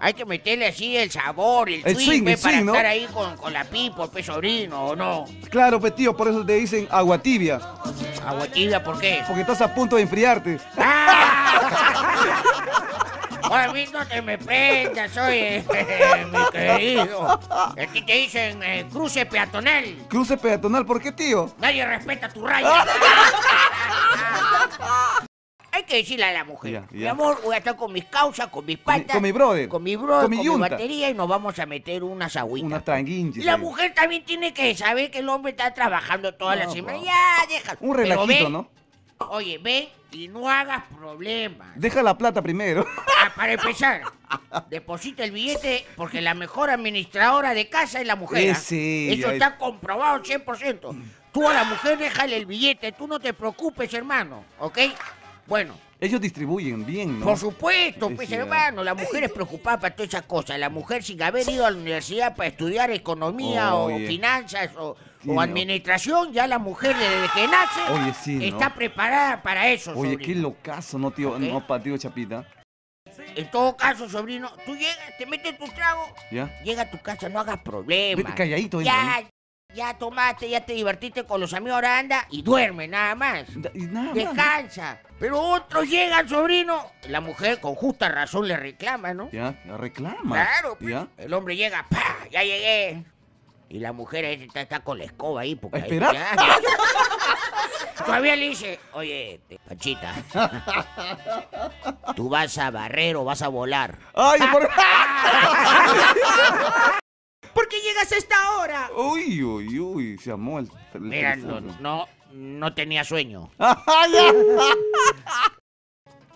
Hay que meterle así el sabor, el, El swing, swing, pe, el para swing, ¿no? estar ahí con, con la pipo, pe sobrino, o no. Claro, pues tío, por eso te dicen agua tibia, Agua tibia, ¿por qué? porque estás a punto de enfriarte. ¡Ah! Ahora mismo que me prendas, oye, mi querido. Aquí te dicen eh, cruce peatonal. Cruce peatonal, ¿por qué tío? Nadie respeta tu raya. Hay que decirle a la mujer, Ya, ya. mi amor, voy a estar con mis causas, con mis Con mi- patas, con mi brother, con mi brother, con con mi mi, yunta. batería y nos vamos a meter unas agüitas. Una tranguinche. La mujer también tiene que saber que el hombre está trabajando toda la No, semana. pa. Ya, déjalo. Un Pero relajito, ve, ¿no? Oye, ve y no hagas problemas. Deja la plata primero. Ah, para empezar, deposita el billete porque la mejor administradora de casa es la mujer. ¿ah? Es ella, Eso Eh, es- está comprobado 100%. Tú a la mujer déjale el billete, tú no te preocupes, hermano, ¿ok? Bueno, Ellos distribuyen bien, ¿no? por supuesto, Es pues cierto. hermano, la mujer es preocupada para todas esas cosas. La mujer sin haber ido a la universidad para estudiar economía Oye. o finanzas o, Sí, o ¿no? administración, ya la mujer desde que nace Oye, sí, ¿no? está preparada para eso. Oye, sobrino. qué locazo, ¿no, tío? Ok. No, pa, tío Chapita. En todo caso, sobrino, tú llegas, te metes tu trago, ¿Ya? llega a tu casa, no hagas problemas. Vete calladito, entra, ya, ya tomaste, ya te divertiste con los amigos, ahora anda y duerme nada más. Da- Y nada más. Descansa. Pero otros llegan, sobrino. La mujer con justa razón le reclama, ¿no? Ya, ya reclama. Claro, pues. ¿Ya? El hombre llega, ¡pa! Ya llegué. Y la mujer ahí está, está con la escoba ahí. Porque ¿A ahí- esperar? ya. Todavía le dice, oye, este, Panchita, tú vas a barrer o vas a volar. ¡Ay, por... ¿Por qué llegas a esta hora? Uy, uy, uy, se amó el, el Mira, no, teléfono. no, no tenía sueño. Ajá, ya.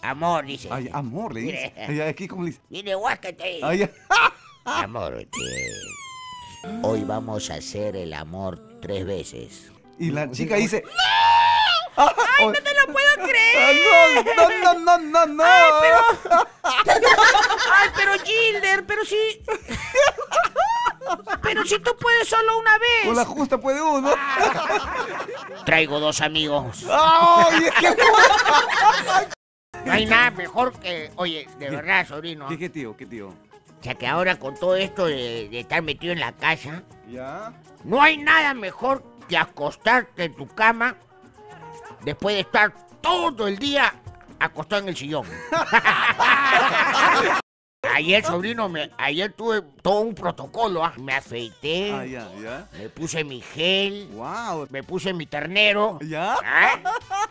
Amor, dice. Ay, amor, le dice. Mira. Ay, aquí como le dice. Viene guáscate. Ay, ya. Amor, este, hoy vamos a hacer el amor tres veces. Y la chica dice... Ah, oh, ¡No! ¡Ay, no te No puedo creer. No, no, no, no, no. Ay, pero Gilder, pero si... Pero si tú puedes solo una Con la vez. justa puede uno. Traigo dos amigos. ¡Ay, qué No hay nada mejor que. Oye, de verdad, sobrino. ¿Qué, qué tío? ¿Qué tío? O sea que ahora con todo esto de, de estar metido en la casa, ¿Ya? no hay nada mejor que acostarte en tu cama después de estar todo el día acostado en el sillón. Ayer, sobrino, me, ayer tuve todo un protocolo. ¿ah? Me afeité, Ah, ya, ya. me puse mi gel, ¡Wow! me puse mi ternero. ¿Ya? ¿ah?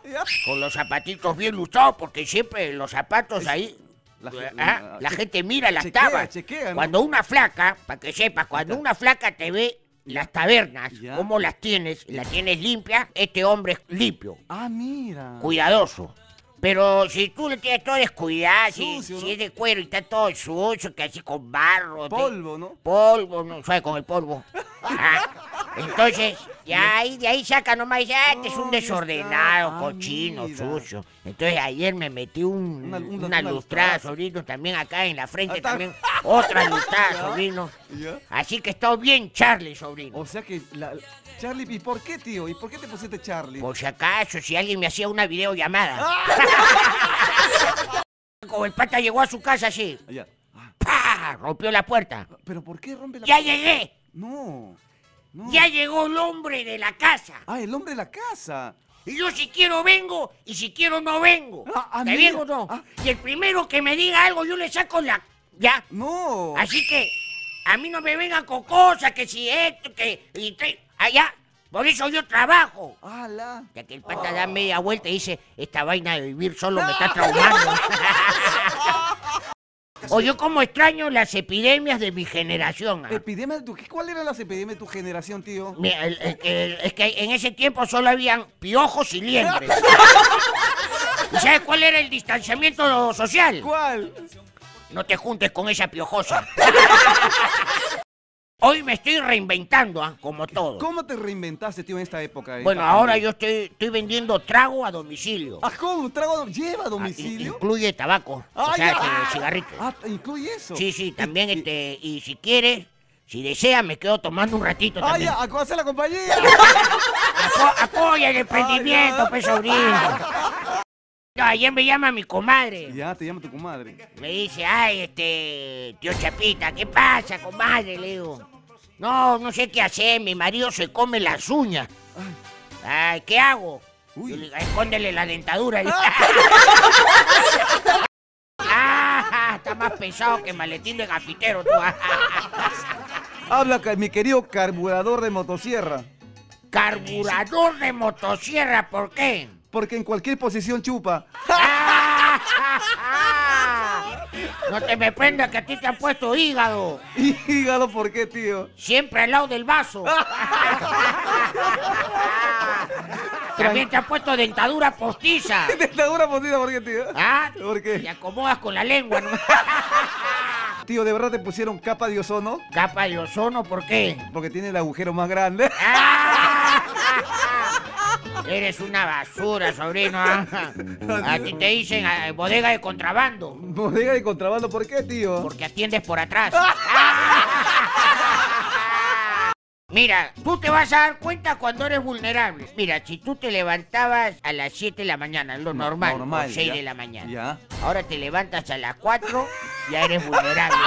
ya. Con los zapatitos bien lustrados, porque siempre los zapatos ahí. La ¿ah? La, gen- ah, che- gente mira las chequea, tabas. chequea, ¿no? Cuando una flaca, para que sepas, cuando una flaca te ve las tabernas, Ya. cómo las tienes, las tienes limpias, este hombre es limpio, Ah, mira. cuidadoso. Pero si tú le tienes todo descuidado, si, Sucio, si ¿no? es de cuero y está todo sucio, que así con barro, te- Polvo, ¿no? polvo, no sabe con el polvo. Ah, Entonces, ya ahí, de ahí saca nomás, dice, ah, este es un ¿Dónde desordenado, está? Ah, cochino, mira. sucio. Entonces ayer me metí un- Una- una, un- una lustrada, lustrada. sobrino, también acá en la Ah, frente, está. también otra Ya. Oh, lustrada, sobrino. ¿Ya? Así que está bien Charlie, sobrino. O sea que la... Charlie, ¿y por qué, tío? ¿Y por qué te pusiste Charlie? Por si acaso, si alguien me hacía una videollamada. Como el pata llegó a su casa así, Ah, Ya. Ah, ¡pah! rompió la puerta. ¿Pero por qué rompe la... ¡Ya llegué! No. No. ¡Ya llegó el hombre de la casa! Ah, el hombre de la casa. Y yo si quiero vengo y si quiero no vengo. Ah, ah, ¿Te mira. vengo o no? Ah. Y el primero que me diga algo yo le saco la... Ya. No. Así que a mí no me vengan con cosas que si esto, que... Y te- allá. Por eso yo trabajo. ¡Hala! Ya que el pata da media vuelta y dice, esta vaina de vivir solo me está traumando. o yo como extraño las epidemias de mi generación. ah. Epidemia de tu... ¿qué- ¿Cuál era la epidemia de tu generación, tío? Mira, el- el- el- es que en ese tiempo solo habían piojos y liendres. ¿Y sabes cuál era el distanciamiento social? ¿Cuál? No te juntes con esa piojosa. Hoy me estoy reinventando, ah, como todo. ¿Cómo te reinventaste, tío, en esta época? Bueno, ahora yo estoy, estoy vendiendo trago a domicilio. Ah, ¿cómo? ¿Trago no- lleva a Ah, i- domicilio? incluye tabaco, o Ay, sea, ay. que cigarrito. Ah, ¿te incluye eso. Sí, sí, también Y- y- este, y si quieres, si deseas, me quedo tomando un ratito ¡Ay, también. Ah, ya! ¿A cómo hace la compañía? Apo- apoya el emprendimiento, Ay, ay. pues, sobrino. No, ayer me llama mi comadre. Ya, te llama tu comadre. Me dice, ay, este, tío Chapita, ¿qué pasa, comadre? Le digo, no, no sé qué hacer, mi marido se come las uñas. Ay, ¿qué hago? Uy. Yo le digo, escóndele la dentadura. Le- ah, está más pesado que maletín de gafitero, tú. Habla ca- mi querido carburador de motosierra. Carburador de motosierra, ¿por qué? Porque en cualquier posición chupa. No te me prendas que a ti te han puesto hígado. Hígado, ¿por qué, tío? Siempre al lado del vaso. También te han puesto dentadura postiza. Dentadura posita, ¿por qué, tío? ¿Ah? ¿Por Te qué? acomodas con la lengua, ¿no? Ah. Tío, ¿de verdad te pusieron capa de ozono? Capa de ozono, ¿por qué? Porque tiene el agujero más grande. Eres una basura, sobrino. ¿ah? A ti te dicen ah, bodega de contrabando, Bodega de contrabando, ¿por qué, tío? porque atiendes por atrás. Ah. Mira, tú te vas a dar cuenta cuando eres vulnerable. Mira, si tú te levantabas a las 7 de la mañana, lo normal, o 6 ya. de la mañana. Ya. Ahora te levantas a las 4, ya eres vulnerable.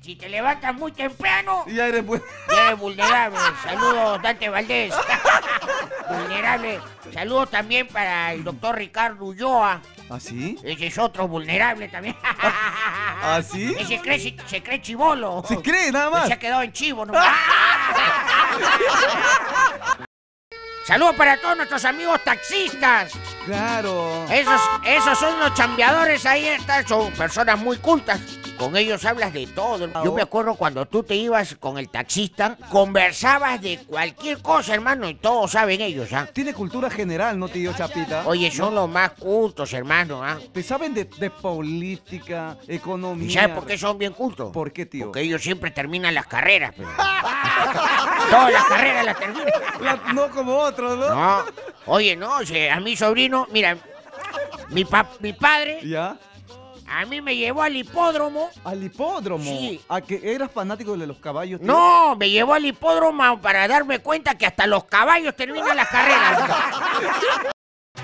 si te levantas muy temprano, Ya eres buen... ya eres vulnerable. Saludos, Dante Valdés. vulnerable. Saludos también para el doctor Ricardo Ulloa. ¿Así? Ese es otro vulnerable también. ¿Ah, sí? Ese cree, chi- se cree chivolo. ¿Se cree nada más? Se ha quedado en chivo nomás. Saludos para todos nuestros amigos taxistas. Claro. Esos, esos son los chambeadores ahí, están, son personas muy cultas. Con ellos hablas de todo. Yo me acuerdo cuando tú te ibas con el taxista, conversabas de cualquier cosa, hermano, y todos saben ellos, ¿ah? Tiene cultura general, ¿no, tío Chapita? Oye, son los más cultos, hermano, ¿ah? Te saben de, de política, economía. ¿Y sabes por qué son bien cultos? ¿Por qué, tío? Porque ellos siempre terminan las carreras, pero. Todas las carreras las terminan. La- no como otros, ¿no? No. Oye, no, si a mi sobrino, mira, mi, pa- mi padre ¿Ya? a mí me llevó al hipódromo. Al hipódromo. Sí. ¿A que eras fanático de los caballos? tío? No, me llevó al hipódromo para darme cuenta que hasta los caballos terminan las carreras.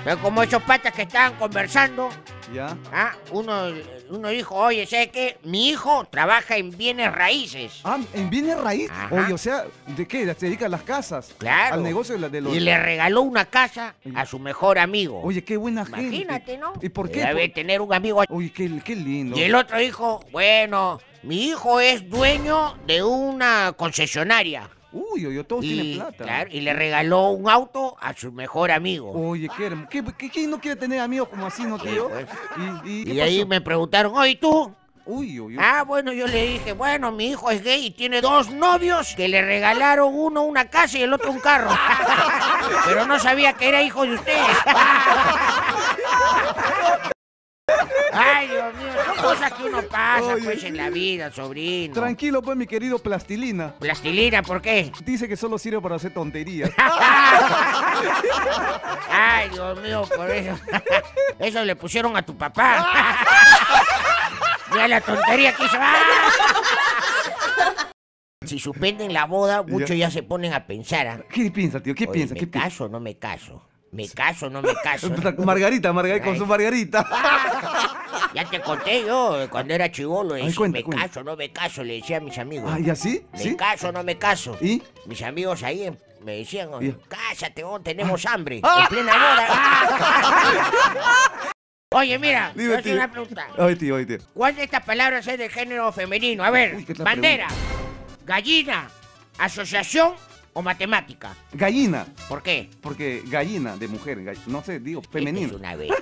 Pero como esos patas que estaban conversando, ¿Ya? ah, uno, uno dijo, oye, ¿sabes qué? Mi hijo trabaja en bienes raíces. Ah, en bienes raíz. Ajá. Oye, o sea, ¿de qué? ¿Se dedica a las casas? Claro. Al negocio de, la- de los... Y le regaló una casa a su mejor amigo. Oye, qué buena gente. Imagínate, ¿no? ¿Y por qué? Debe Por- tener un amigo Oye, qué, qué lindo. Y el otro dijo, bueno, mi hijo es dueño de una concesionaria. Uy, oye, todos tienen Y, plata. claro, y le regaló un auto a su mejor amigo. Oye, qué, hermo- qué, qué- ¿quién no quiere tener amigos como así, no, tío? pues. ¿Y, y, Y qué ahí pasó? me preguntaron, oye, ¿tú? Uy, uy, uy. Ah, bueno, yo le dije, bueno, mi hijo es gay y tiene dos novios que le regalaron uno una casa y el otro un carro. Pero no sabía que era hijo de ustedes. Ay, Dios mío, son cosas que uno pasa Oye. pues en la vida, sobrino. Tranquilo, pues, mi querido Plastilina. Plastilina, ¿por qué? Dice que solo sirve para hacer tonterías. Ay, Dios mío, por eso. Eso le pusieron a tu papá. Mira la tontería que hizo. ¡Ah! Si suspenden la boda, muchos ya se ponen a pensar. ¿ah? ¿Qué piensa, tío? ¿Qué Oye, piensa? ¿Me ¿Qué piensa? caso o no me caso? ¿Me caso o no me caso? Margarita, Margarita, con Ay. su Margarita. Ya te conté yo, cuando era chivolo, Ay, decía, cuenta, me cuenta. caso o no me caso, le decía a mis amigos. Ah, ¿y así? ¿Me ¿Sí? caso o no me caso? ¿Y? Mis amigos ahí en- me decían, Ya. cásate, vos, tenemos Ah. hambre. En plena boda. Oye, mira, te voy a hacer tío. una pregunta. Ay, tío, ay, tío. ¿Cuál de estas palabras es del género femenino? A ver, Uy, qué tal bandera, gallina, asociación o matemática. Gallina. ¿Por qué? Porque gallina, de mujer, gall- no sé, digo, Esta Este femenino. Es una bestia.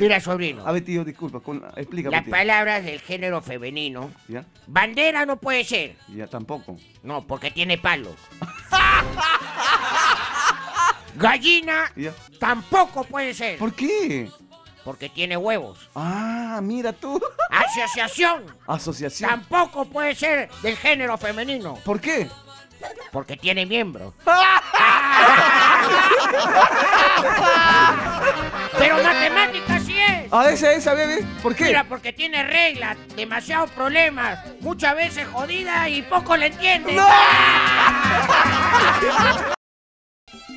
mira, sobrino. A ver, tío, disculpa, con... explícame, Las tío. palabras del género femenino. ¿Ya? Bandera no puede ser. Ya, tampoco. No, porque tiene palo. Gallina Ya. tampoco puede ser. ¿Por qué? Porque tiene huevos. Ah, mira tú. Asociación Asociación. tampoco puede ser del género femenino. ¿Por qué? Porque tiene miembro. Pero matemática sí es. Ah, esa, esa, bebé. ¿Por qué? Mira, porque tiene reglas, demasiados problemas, muchas veces jodida y poco le entiende.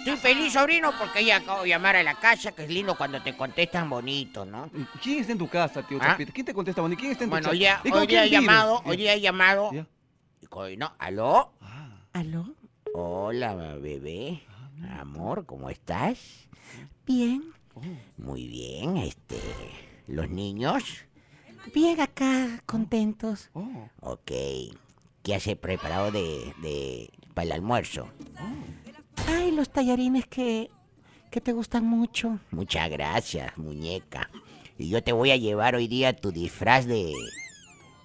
Estoy feliz, sobrino, porque ya acabo de llamar a la casa, que es lindo cuando te contestan bonito, ¿no? ¿Quién está en tu casa, tío ¿Ah? Chapita? ¿Quién te contesta, Bonnie? ¿Quién está en tu Bueno, casa? hoy día, ¿Y con hoy día he quién vives? llamado, hoy día he llamado. Ya. y co- No, ¿aló? Ah, ¿Aló? Hola, bebé. Amor, ¿cómo estás? Bien, oh, Muy bien, este. ¿Los niños? bien acá, contentos. oh, Ok. ¿Qué has preparado de, de, para el almuerzo? Ay, los tallarines que, que te gustan mucho. Muchas gracias, muñeca. Y yo te voy a llevar hoy día tu disfraz de, ¿De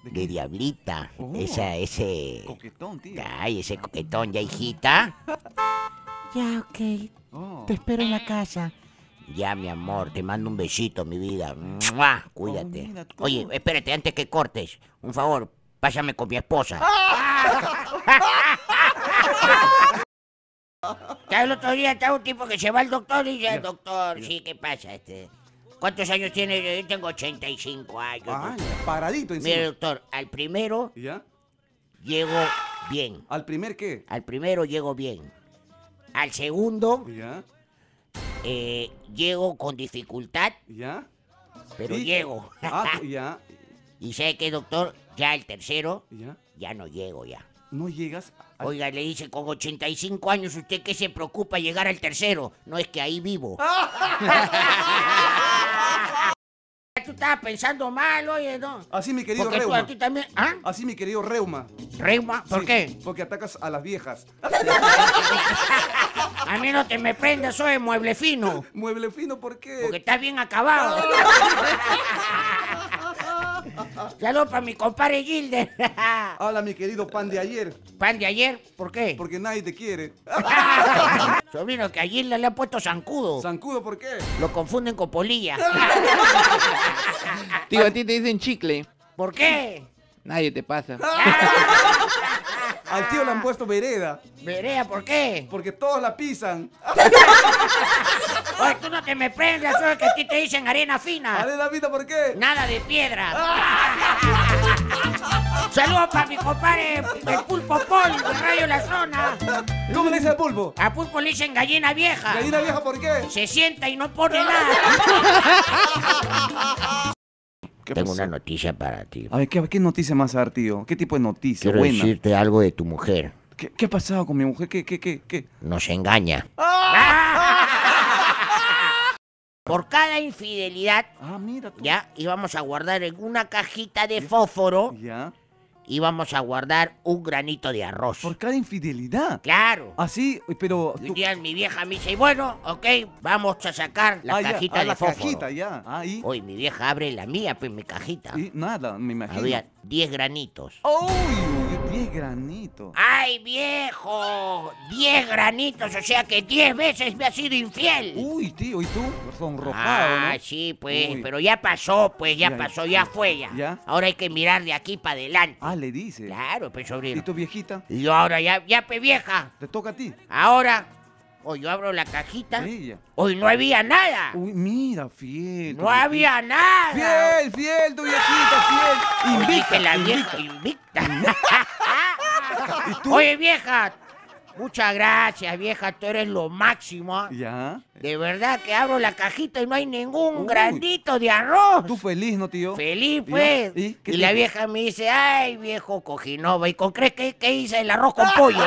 de qué? diablita. Oh. Esa, ese. coquetón, tío. Ay, ese coquetón, ya hijita. Ya, ok. Oh. Te espero en la casa. Ya, mi amor, te mando un besito, mi vida. ¡Mua! Oh, Cuídate. mira tú. Oye, espérate, antes que cortes, un favor, pásame con mi esposa. ¡Ah! Ya el otro día está un tipo que se va al doctor y dice, doctor, sí, ¿qué pasa? Este? ¿Cuántos años tiene? Yo tengo 85 años. Vaya, paradito Mire, encima. doctor, al primero ¿Ya? llego bien. ¿Al primer qué? Al primero llego bien. Al segundo ¿Ya? eh, llego con dificultad, ¿Ya? pero Sí. llego. Ah, tú- ya, Y sé que, doctor, ya el tercero, ya. ya no llego ya. No llegas a... Oiga, le dice, con 85 años, ¿usted qué se preocupa llegar al tercero? No es que ahí vivo. tú estabas pensando mal, oye, ¿no? Así mi querido Porque tú Reuma. a ti también... ¿Ah? Así mi querido Reuma. ¿Reuma? ¿Por Sí, qué? Porque atacas a las viejas. A mí no te me prendas, soy mueble fino. Mueble fino, ¿por qué? Porque estás bien acabado. Saludos para mi compadre Gilder. Habla mi querido pan de ayer, Pan de ayer, ¿por qué? porque nadie te quiere. Oh. Sobrino, que a Gilder le han puesto zancudo. Zancudo, ¿por qué? Lo confunden con polilla. Tío, a ti te dicen chicle. ¿Por qué? Nadie te pasa. Ah. Al tío le han puesto vereda, Verea, ¿por qué? porque todos la pisan. Oye, tú no te me prendas, oye, que a ti te dicen arena fina. Arena Vita, Ah, ¿por qué? Nada de piedra. Saludos para mi compadre el Pulpo Pol, de Radio La Zona. ¿Cómo le dice al pulpo? A Pulpo le dicen gallina vieja. Gallina vieja, ¿por qué? Se sienta y no pone nada. Tengo una noticia para ti. A ver, ¿qué, qué noticia más dar, tío? ¿Qué tipo de noticia? Quiero Buena. decirte algo de tu mujer. ¿Qué, qué ha pasado con mi mujer? ¿Qué, qué, qué, qué? Nos engaña. Por cada infidelidad, Ah, mira tú. ya íbamos a guardar en una cajita de fósforo, Ya. íbamos a guardar un granito de arroz. Por cada infidelidad. Claro. Así, pero... Y tú- un día mi vieja me dice, bueno, ok, vamos a sacar la Ah, ya, cajita ah, de la fósforo. cajita, ya. Ah, y, Hoy mi vieja abre la mía, pues mi cajita. y nada, me imagino. Había 10 granitos. ¡Uy! 10 granitos. ¡Ay, viejo! 10 granitos, o sea que 10 veces me ha sido infiel. Uy, tío, ¿y tú? Sonrojado, Ah, Uh, ¿no? sí, pues, Uy. pero ya pasó, pues, ya, Ya, ya. pasó, ya fue ya. Ya. Ahora hay que mirar de aquí para adelante. Ah, le dice. Claro, pues, ¿Y sobrino. tu viejita? Y yo ahora ya, ya, pues, vieja. ¿Te toca a ti? Ahora, hoy yo abro la cajita. Ella. Hoy no había nada. Uy, mira, fiel. tu no había nada. viejita. Fiel, fiel, tu viejita, fiel. Oye, Invita. que la invita. vieja invicta. Oye, vieja, muchas gracias, vieja. Tú eres lo máximo. ¿ah? Ya. De verdad que abro la cajita y no hay ningún Uy. granito de arroz. ¿Tú feliz, no, tío? Feliz, ¿Y? pues. ¿Y? ¿Y, ¿Qué la te- vieja me dice, ay, viejo cojinova, ¿y con crees que, que hice el arroz con pollo?